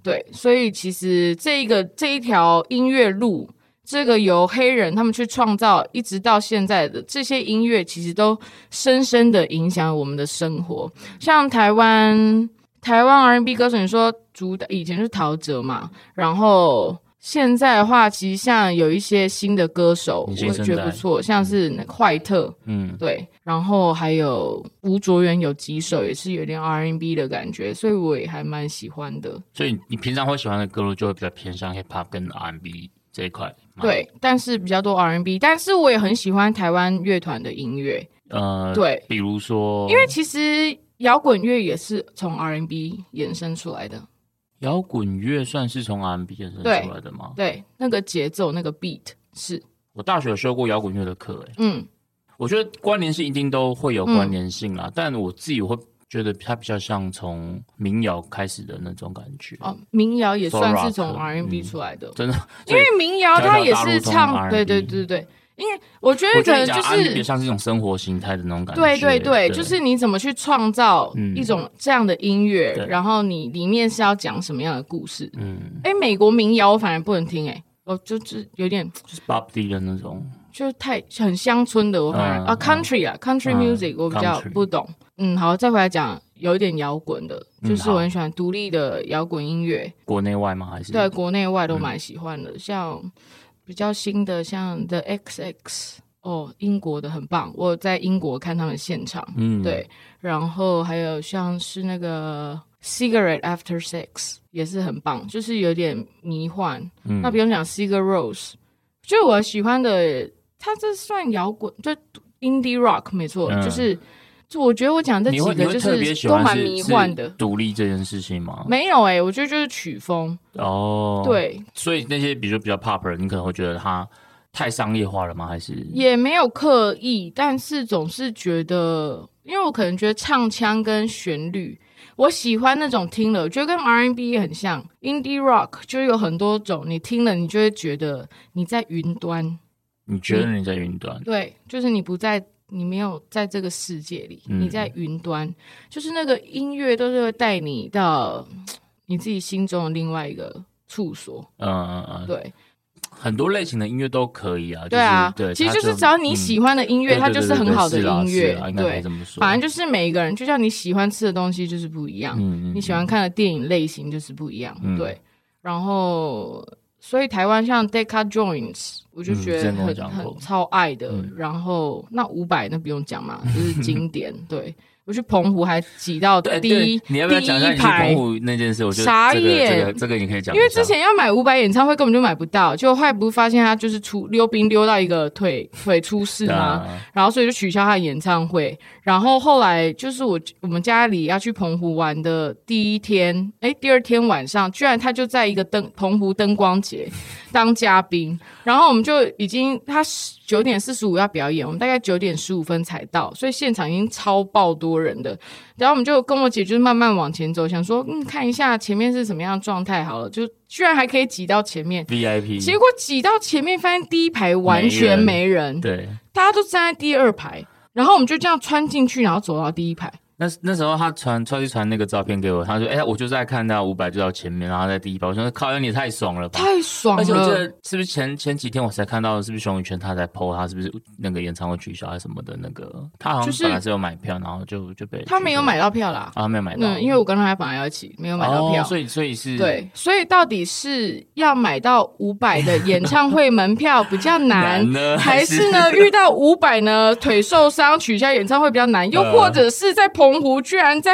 A: 对，所以其实这一个这一条音乐路，这个由黑人他们去创造，一直到现在的这些音乐，其实都深深的影响我们的生活。像台湾台湾 R&B 歌手，你说主打以前是陶喆嘛，然后。现在的话，其实像有一些新的歌手，我
B: 你新生
A: 觉得不
B: 代
A: 错，像是那个坏特，
B: 嗯
A: 对，然后还有吴卓源有几首也是有点 R&B 的感觉，所以我也还蛮喜欢的。
B: 所以你平常会喜欢的歌路就会比较偏向 hip hop 跟 R&B 这一块。，
A: 对，但是比较多 R&B，但是我也很喜欢台湾乐团的音乐，
B: 呃，
A: 对，
B: 比如说，
A: 因为其实摇滚乐也是从 R&B 衍生出来的。
B: 摇滚乐算是从 R&B 衍生
A: 对
B: 出来的吗？
A: 对，那个节奏，那个 beat 是，
B: 我大学有修过摇滚乐的课，哎，
A: 嗯，
B: 我觉得关联性一定都会有关联性啦，但我自己会觉得它比较像从民谣开始的那种感觉。
A: 哦，民谣也
B: 嗯 Soul
A: 算是
B: rock，
A: 从 R&B
B: 嗯
A: 出来的，
B: 真的，
A: 因为民谣它也是
B: 条条大路
A: 唱，
B: 通
A: 对对
B: R&B
A: 对对，因为我觉得
B: 我觉
A: 可
B: 得
A: 能
B: 你讲
A: 就
B: R&B 比
A: 是
B: 较像是一种生活形态的那种感觉。
A: 对对对，
B: 对，
A: 就是你怎么去创造
B: 嗯
A: 一种这样的音乐，
B: 对
A: 然后你里面是要讲什么样的故事？
B: 嗯，
A: 哎、美国民谣我反而不能听、诶哎，我就就有点
B: 就是 Bob Dylan 那种。
A: 就太很乡村的，我反而、
B: 嗯
A: 啊
B: 嗯
A: country 啊 country
B: 嗯
A: music 我比较
B: country
A: 不懂。嗯，好，再回来讲有一点摇滚的，
B: 嗯
A: 就是我
B: 好
A: 很喜欢独立的摇滚音乐，
B: 国内外吗？还是嗯
A: 对国内外都蛮喜欢的，像比较新的像 The XX 哦，英国的很棒，我有在英国看他们现场。
B: 嗯，
A: 对，然后还有像是那个 Cigarette After Sex 也是很棒，就是有点迷幻。
B: 嗯
A: 那不用讲 Cigar Rose，就我喜欢的，它这算摇滚，就 Indie Rock 没错，
B: 嗯
A: 就是就我觉得我讲这
B: 你
A: 几
B: 会你
A: 个
B: 会
A: 就
B: 特别喜
A: 都
B: 欢
A: 蛮
B: 是
A: 迷幻的
B: 是。独立这件事情吗？
A: 没有哎、我觉得就是曲风，
B: 哦，，
A: 对，
B: 所以那些比如说比较 pop 的，你可能会觉得它太商业化了吗？还是
A: 也没有刻意，但是总是觉得，因为我可能觉得唱腔跟旋律，我喜欢那种听了，我觉得跟 R&B 也很像，Indie Rock 就有很多种，你听了你就会觉得你在云端，
B: 你觉得你在云端？
A: 对，就是你不在。你没有在这个世界里，
B: 嗯
A: 你在云端，就是那个音乐都是会带你到你自己心中的另外一个处所。
B: 嗯嗯嗯，
A: 对，
B: 很多类型的音乐都可以啊。
A: 对啊，
B: 就是、对，
A: 其实
B: 它
A: 就是只要你喜欢的音乐，
B: 嗯
A: 它就是很好的
B: 对对对
A: 音乐
B: 对是啦是啊啦。应该可以
A: 对
B: 这，么说。
A: 反正就是每一个人，就像你喜欢吃的东西就是不一样，
B: 嗯
A: 你喜欢看的电影类型就是不一样，
B: 嗯
A: 对。然后，所以台湾像 Decca Joins，我就
B: 嗯
A: 觉
B: 之
A: 得
B: 前跟我
A: 很、
B: 讲过
A: 很超爱的。
B: 嗯
A: 然后那五百那不用讲嘛， 就是经典。对我去澎湖还挤到
B: 对
A: 第一
B: 哎对你要不要
A: 第
B: 讲一下
A: 一
B: 你去澎
A: 排。
B: 湖那件事？我觉得
A: 傻
B: 这个
A: 眼
B: 这个这个你可以讲一下，
A: 因为之前要买五百演唱会根本就买不到，结果后来不是发现他就是出溜冰溜到一个腿腿出事吗？
B: 啊
A: 然后所以就取消他的演唱会。然后后来就是我我们家里要去澎湖玩的第一天，哎，第 二天晚上，居然他就在一个灯澎湖灯光节当嘉宾，然后我们就已经他九点四十五要表演，我们大概九点十五分才到，所以现场已经超爆多人的。然后我们就跟我姐就是慢慢往前走，想说嗯看一下前面是什么样的状态好了，就居然还可以挤到前面。
B: VIP，
A: 结果挤到前面，发现第一排完全没人，
B: 对，
A: 大家都站在第二排。然后我们就这样穿进去，然后走到第一排。
B: 那那时候他传超级传那个照片给我，他说：“哎、我就在看到五百就到前面，然后在第一排。”我说：“靠，那你也太爽了吧！”
A: 太爽
B: 而且我记
A: 了！
B: 得是不是前前几天我才看到，是不是熊宇轩他在 PO 他是不是那个演唱会取消还是什么的那个？他好
A: 就
B: 像
A: 是
B: 本来是有买票，然后就就被
A: 他没有买到票啦，
B: 啊，他没有买到，
A: 嗯，因为我跟他本来要一起，没有买到票，
B: 哦所以所以是
A: 对，所以到底是要买到五百的演唱会门票比较难，
B: 难 呢
A: 还是 呢遇到五百呢腿受伤取消演唱会比较难，又
B: 呃
A: 或者是在澎湖居然在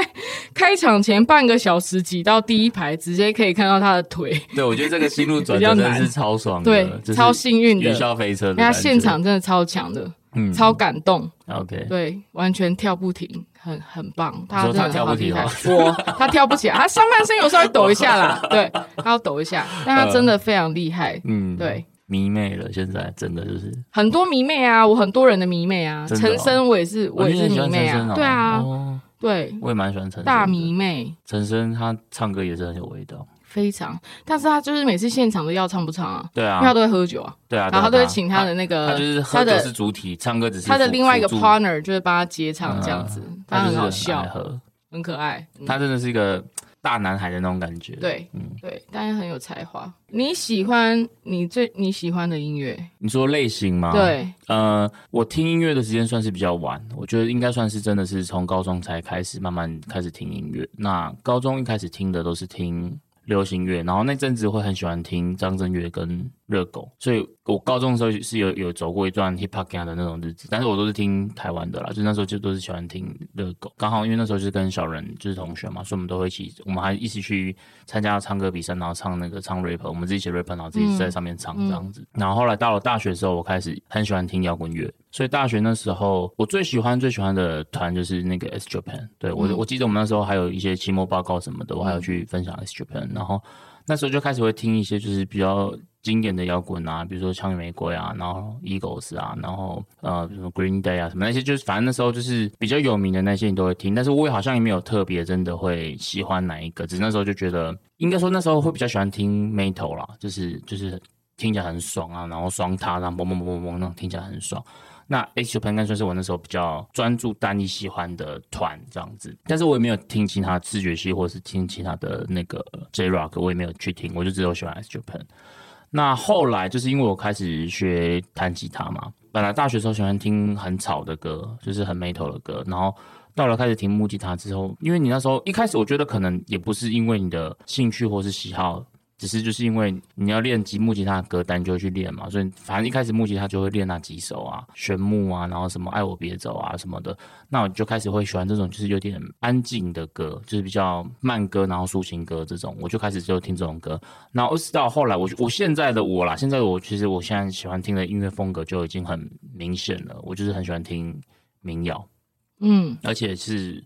A: 开场前半个小时挤到第一排，直接可以看到他的腿，
B: 对，我觉得这个心路转
A: 比
B: 折
A: 较
B: 真的
A: 难
B: 是超爽的，
A: 对
B: 嗯就是
A: 超幸运的
B: 云霄飞车的
A: 那他
B: 感觉，
A: 现场真的超强的，
B: 嗯
A: 超感动，
B: OK，
A: 对，完全跳不停。很很棒，他
B: 说
A: 真
B: 他
A: 的
B: 跳
A: 好
B: 不
A: 厉
B: 停
A: 害
B: 哦。
A: 我他跳不起来，他上半身有稍微抖一下啦，对，他要抖一下，但他真的非常厉害，
B: 嗯，
A: 对，
B: 迷妹了，现在真的就是
A: 很多迷妹啊，我很多人的迷妹啊，
B: 真
A: 陈
B: 的哦
A: 升我也是，我也
B: 哦
A: 是
B: 你
A: 迷
B: 也很喜欢
A: 妹
B: 陈升
A: 啊，
B: 哦
A: 对啊，
B: 哦
A: 对，
B: 我也蛮喜欢陈升的
A: 大迷妹
B: 陈升，他唱歌也是很有味道，
A: 非常，但是他就是每次现场都要唱不唱啊，
B: 对
A: 因
B: 啊
A: 为，他都会喝酒啊，
B: 对啊，
A: 然后他都
B: 对
A: 会
B: 啊
A: 请他的那
B: 他
A: 个
B: 就是喝
A: 他
B: 酒是
A: 的
B: 主体，唱歌只是
A: 他的
B: 辅
A: 另外一个
B: 辅助
A: partner 就是帮他接唱这样子
B: 嗯，
A: 他
B: 就是
A: 很好
B: 爱
A: 笑，
B: 喝
A: 很可爱，嗯
B: 他真的是一个大男孩的那种感觉。，
A: 对
B: 嗯，
A: 对，但是很有才华。你喜欢你最你喜欢的音乐？
B: 你说类型吗？，
A: 对，
B: 呃，我听音乐的时间算是比较晚，我觉得应该算是真的是从高中才开始慢慢开始听音乐。那高中一开始听的都是听。流行乐，然后那阵子会很喜欢听张震岳跟热狗，所以我高中的时候是有有走过一段 hip hop 的那种日子，但是我都是听台湾的啦，就那时候就都是喜欢听热狗，刚好因为那时候就是跟小人就是同学嘛，所以我们都会一起，我们还一起去参加唱歌比赛，然后唱那个唱 rap，我们自己写 rap，然后自己在上面唱这样子。然后后来到了大学的时候，我开始很喜欢听摇滚乐，所以大学那时候我最喜欢最喜欢的团就是那个 S Japan，对我、我记得我们那时候还有一些期末报告什么的，我还有去分享 S Japan，然后那时候就开始会听一些就是比较经典的摇滚啊，比如说《枪与玫瑰》啊，然后 Eagles 啊，然后呃什么 Green Day 啊，什么那些，就是反正那时候就是比较有名的那些你都会听，但是我也好像也没有特别真的会喜欢哪一个，只是那时候就觉得应该说那时候会比较喜欢听 Metal 啦，就是就是听起来很爽啊，然后双踏，然后嘣嘣嘣嘣嘣那种听起来很爽。那 H 应该算是我那时候比较专注单一喜欢的团这样子，但是我也没有听其他视觉系或是听其他的那个 J Rock，我也没有去听，我就只有喜欢 H Japan。那后来就是因为我开始学弹吉他嘛，本来大学的时候喜欢听很吵的歌，就是很 metal 的歌，然后到了开始听木吉他之后，因为你那时候一开始我觉得可能也不是因为你的兴趣或是喜好。只是就是因为你要练吉木吉他的歌单，你就会去练嘛，所以反正一开始木吉他就会练那几首啊，旋木啊，然后什么爱我别走啊什么的，那我就开始会喜欢这种就是有点安静的歌，就是比较慢歌，然后抒情歌这种，我就开始就听这种歌。然后一直到后来我，我现在的我啦，现在我其实我现在喜欢听的音乐风格就已经很明显了，我就是很喜欢听民谣，
A: 嗯，
B: 而且是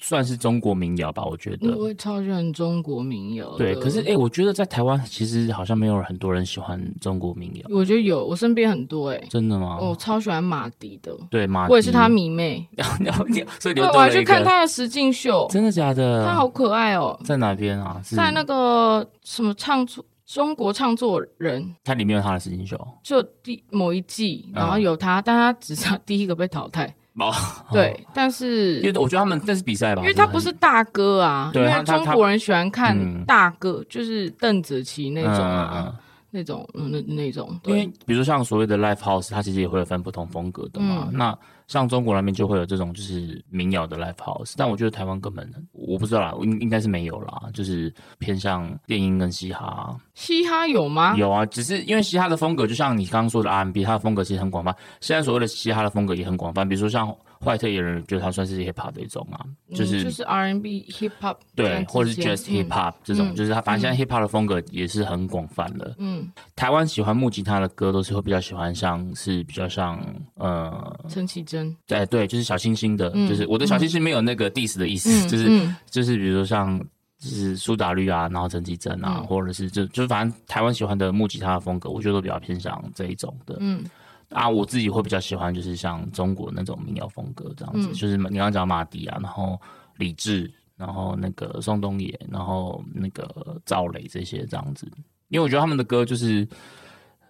B: 算是中国民谣吧，我觉得。
A: 我超喜欢中国民谣的。
B: 对，可是哎、诶我觉得在台湾其实好像没有很多人喜欢中国民谣，
A: 我觉得有，我身边很多哎、欸，
B: 真的吗？
A: 我超喜欢马迪的，
B: 对吗？
A: 我也是他迷妹，
B: 你你 所以
A: 对，
B: 你又
A: 我
B: 多
A: 还
B: 了
A: 去
B: 一
A: 看
B: 个，
A: 他的实境秀，
B: 真的假的？
A: 他好可爱哦、
B: 在哪边啊？是
A: 在那个什么唱作中国唱作人。
B: 它里面有他的实境秀。
A: 就第某一季，然后
B: 嗯
A: 有他，但他只是第一个被淘汰。
B: 哦，
A: 对，但是
B: 因为我觉得他们那是比赛吧，
A: 因为他不是大哥啊，因
B: 对
A: 为
B: 他他
A: 中国人喜欢
B: 嗯
A: 看大哥，就是邓紫棋那种
B: 嗯嗯嗯
A: 啊，那种嗯那那种，
B: 因为
A: 对，
B: 比如说像所谓的 live house，它其实也会有分不同风格的嘛。
A: 嗯
B: 那像中国那边就会有这种就是民谣的 live house，但我觉得台湾根本我不知道啦，应应该是没有啦，就是偏向电音跟嘻哈。
A: 嘻哈有吗？
B: 有啊，只是因为嘻哈的风格，就像你刚刚说的 R&B，它的风格其实很广泛。现在所谓的嘻哈的风格也很广泛，比如说像坏特野人，觉得它算是 hip hop 的一种啊，
A: 嗯
B: 就是、
A: 就是 R N B hip hop 这
B: 对
A: 样，
B: 或者是
A: 之间
B: jazz hip hop 这种，
A: 嗯
B: 就是它反正现在 hip hop 的风格也是很广泛的。
A: 嗯，
B: 台湾喜欢木吉他的歌，都是会比较喜欢像是比较像呃，
A: 嗯陈绮 贞，
B: 对对，就是小清新的，
A: 嗯
B: 就是我的小清新没有那个 diss 的意思，
A: 嗯
B: 就是
A: 嗯
B: 就是比如说像就是苏打绿啊，然后陈绮贞啊，
A: 嗯
B: 或者是就就反正台湾喜欢的木吉他的风格，我觉得都比较偏向这一种的。
A: 嗯，
B: 啊，我自己会比较喜欢就是像中国那种民谣风格这样子，
A: 嗯
B: 就是你刚刚讲马迪啊，然后李志，然后那个宋冬野，然后那个赵雷这些这样子，因为我觉得他们的歌就是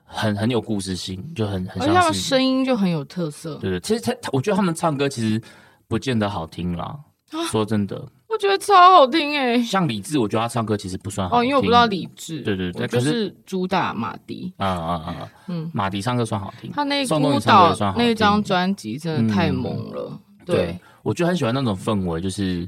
B: 很很有故事性，就很很
A: 而且他
B: 像
A: 们
B: 是
A: 声音就很有特色。
B: 对对，其实他他我觉得他们唱歌其实不见得好听啦。
A: 啊
B: 说真的，
A: 我觉得超好听哎、
B: 像李志，我觉得他唱歌其实不算好听。
A: 哦，因为我不知道李志，
B: 对对对
A: 我
B: 可
A: 就是是主打马迪，
B: 啊啊啊啊，
A: 嗯
B: 嗯，马迪唱歌算好听。
A: 他那
B: 宋冬
A: 孤
B: 野唱歌
A: 岛
B: 也算好
A: 那张
B: 听嗯
A: 专辑真的太猛了，对，
B: 我就很喜欢那种氛围，就是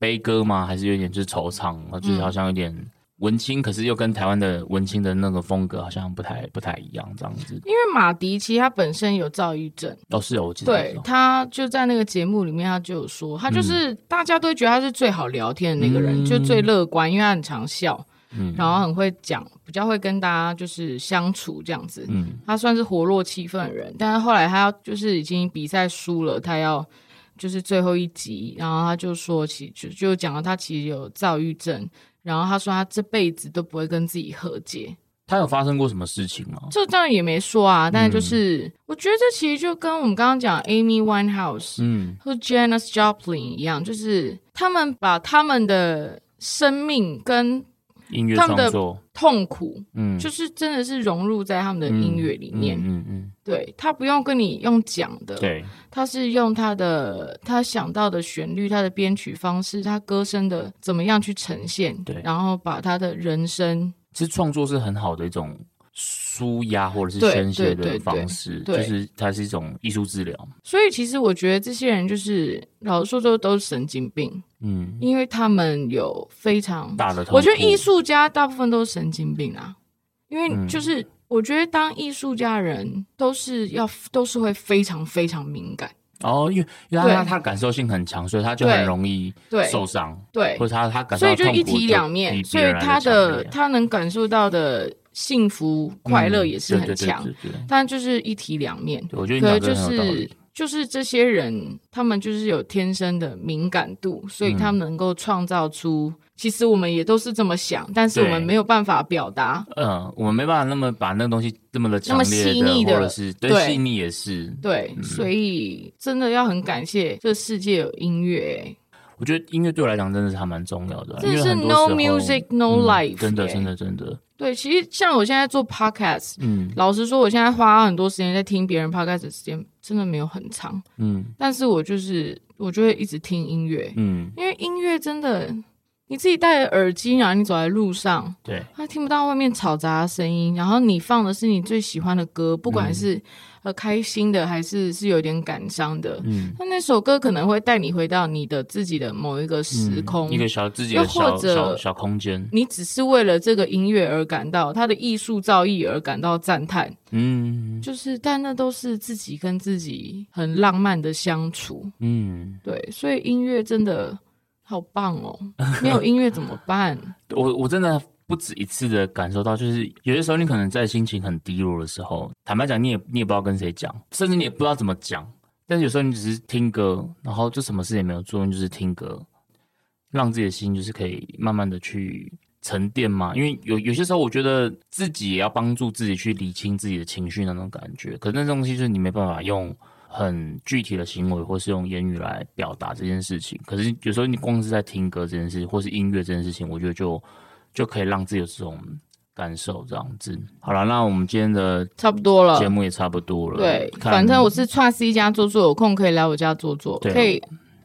B: 悲歌嘛，还是有点就是惆怅，啊
A: 嗯
B: 就是好像有点文青，可是又跟台湾的文青的那个风格好像不太不太一样这样子。
A: 因为马迪其实他本身有躁郁症，
B: 哦，是哦，我记得
A: 对
B: 有，
A: 他就在那个节目里面，他就有说，他就是、大家都觉得他是最好聊天的那个人，
B: 嗯
A: 就最乐观，因为他很常笑，
B: 嗯
A: 然后很会讲，比较会跟大家就是相处这样子。
B: 嗯，
A: 他算是活络气氛的人，但是后来他就是已经比赛输了，他要就是最后一集，然后他就说其就就讲了他其实有躁郁症，然后他说他这辈子都不会跟自己和解，
B: 他有发生过什么事情吗？
A: 这当然也没说啊，但是
B: 嗯
A: 就是、我觉得这其实就跟我们刚刚讲 Amy Winehouse
B: 嗯
A: 和 Janis Joplin 一样，就是他们把他们的生命跟
B: 音乐
A: 他们的
B: 创作，
A: 痛苦，
B: 嗯，
A: 就是真的是融入在他们的
B: 嗯
A: 音乐里面，
B: 嗯嗯嗯
A: 对他不用跟你用讲的，
B: 嗯，对，
A: 他是用他的他想到的旋律、他的编曲方式、他歌声的怎么样去呈现，
B: 对
A: 然后把他的人生，
B: 其实创作是很好的一种。舒压或者是
A: 对
B: 宣
A: 对
B: 泄
A: 对
B: 的方式，
A: 对对
B: 就是它是一种艺术治疗。
A: 所以其实我觉得这些人就是老实说都都是神经病，
B: 嗯，
A: 因为他们有非常，
B: 大的痛苦。
A: 我觉得艺术家大部分都是神经病啊，因为
B: 嗯
A: 就是我觉得当艺术家的人都是要都是会非常非常敏感，
B: 哦，因为因为
A: 对
B: 他他他感受性很强，所以他就
A: 对
B: 很容易
A: 对
B: 受伤。
A: 对，
B: 或者他他感受
A: 所
B: 到
A: 以
B: 痛
A: 就
B: 苦
A: 一体两
B: 比
A: 面，所
B: 别
A: 以
B: 人来
A: 他的
B: 得强烈
A: 他能感受到的幸福快乐
B: 嗯
A: 也是很强，
B: 对对对对对
A: 但就是一体两面。
B: 对我觉得
A: 可
B: 你讲
A: 就
B: 得很有道
A: 是
B: 理。
A: 就是这些人，他们就是有天生的敏感度，所以
B: 嗯
A: 他们能够创造出。其实我们也都是这么想，但是我们
B: 对
A: 没有办法表达。
B: 嗯，我们没办法那么把那个东西那么的
A: 那
B: 强
A: 么
B: 烈
A: 细腻的
B: 或者是对
A: 对
B: 细腻也是。
A: 对，所以真的要很感谢这世界有音乐、欸
B: 我觉得音乐对我来讲真的是还蛮重要的，啊
A: 真
B: 因
A: 的
B: 为
A: 是
B: 很多
A: no
B: 时候
A: music, no
B: 嗯
A: life，
B: 真的
A: 耶
B: 真的真的，
A: 对，其实像我现在做 podcast，
B: 嗯
A: 老实说，我现在花很多时间在听别人 podcast 的时间真的没有很长，
B: 嗯
A: 但是我就是我就会一直听音乐，
B: 嗯，
A: 因为音乐真的你自己戴着耳机，然后你走在路上，
B: 对，
A: 他听不到外面嘈杂的声音，然后你放的是你最喜欢的歌，不管是、
B: 嗯
A: 呃开心的还是是有点感伤的，
B: 嗯，
A: 那那首歌可能会带你回到你的自己的某一个时
B: 嗯
A: 空，
B: 一个小自己
A: 又
B: 的小
A: 或者
B: 小小空间，
A: 你只是为了这个音乐而感到他的艺术造诣而感到赞叹。
B: 嗯
A: 就是，但那都是自己跟自己很浪漫的相处，
B: 嗯。
A: 对，所以音乐真的好棒哦！没有音乐怎么办？
B: 我我真的不止一次的感受到，就是有些时候你可能在心情很低落的时候，坦白讲，你也你也不知道跟谁讲，甚至你也不知道怎么讲。但是有时候你只是听歌，然后就什么事也没有做，你就是听歌，让自己的心就是可以慢慢的去沉淀嘛。因为有有些时候，我觉得自己也要帮助自己去理清自己的情绪那种感觉，可是那东西就是你没办法用。很具体的行为，或是用言语来表达这件事情。可是有时候你光是在听歌这件事，或是音乐这件事情，我觉得就就可以让自己有这种感受，这样子。好了，那我们今天的
A: 差不多了
B: 节，目也差不多了。
A: 对，
B: 看
A: 反正我是串 C 家坐坐，有空可以来我家坐坐，
B: 对啊
A: 可以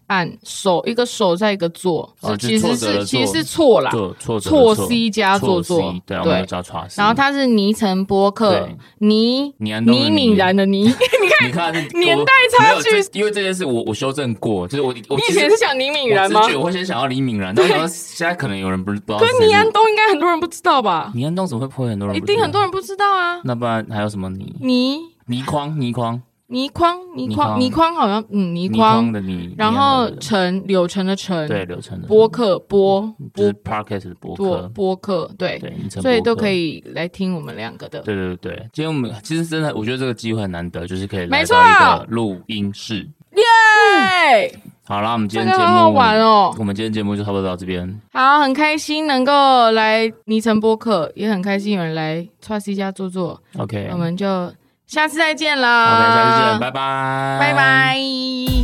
A: 按手一个手在一个坐，
B: 哦
A: 是
B: 就
A: 其实
B: 挫折的
A: 是其实
B: 挫
A: 是错啦，
B: 错错
A: 错
B: 错
A: C 加坐坐
B: 错 C，，对，我们
A: 对
B: 就，叫错 C。
A: 然后他是尼城波克
B: 对
A: 倪
B: 倪安东的
A: 倪
B: 倪
A: 敏然的倪，你
B: 你看我
A: 年代差距
B: 没有这因为这件事我我修正过，就是我 我
A: 以前是想倪敏然
B: 然
A: 吗？
B: 我会先想到李敏然，但我想到现在可能有人不是不知道
A: 可
B: 是谁。
A: 是倪安东应该很多人不知道吧？
B: 倪安东怎么会破很多人？
A: 一定很多。人不知道啊。
B: 那不然还有什么倪
A: 倪
B: 倪匡倪匡
A: 倪匡，倪匡，
B: 倪
A: 倪
B: 匡
A: 匡好像嗯，倪
B: 倪
A: 匡，
B: 的倪，
A: 然
B: 倪
A: 后
B: 安东的
A: 陈柳橙的橙，
B: 对刘成的
A: 播客播
B: 就是
A: 播
B: Parkes 的播
A: 播
B: 客，
A: 播客，对，
B: 对，倪晨
A: 所以
B: 播
A: 都
B: 客
A: 可。以来听我们两个的。
B: 对对对，对今天我们其实真的，我觉得这个机会很难得，就是可以
A: 没
B: 来
A: 错
B: 到一个录音室。
A: 耶！
B: 好啦，我们今
A: 这
B: 天
A: 个
B: 节目
A: 好好玩哦。
B: 我们今天节目就差不多到这边。
A: 好，很开心能够来尼城播客，也很开心有人来 t r C 家坐坐，
B: OK，
A: 我们就下次再见了。
B: OK，下次见，拜拜，
A: 拜拜。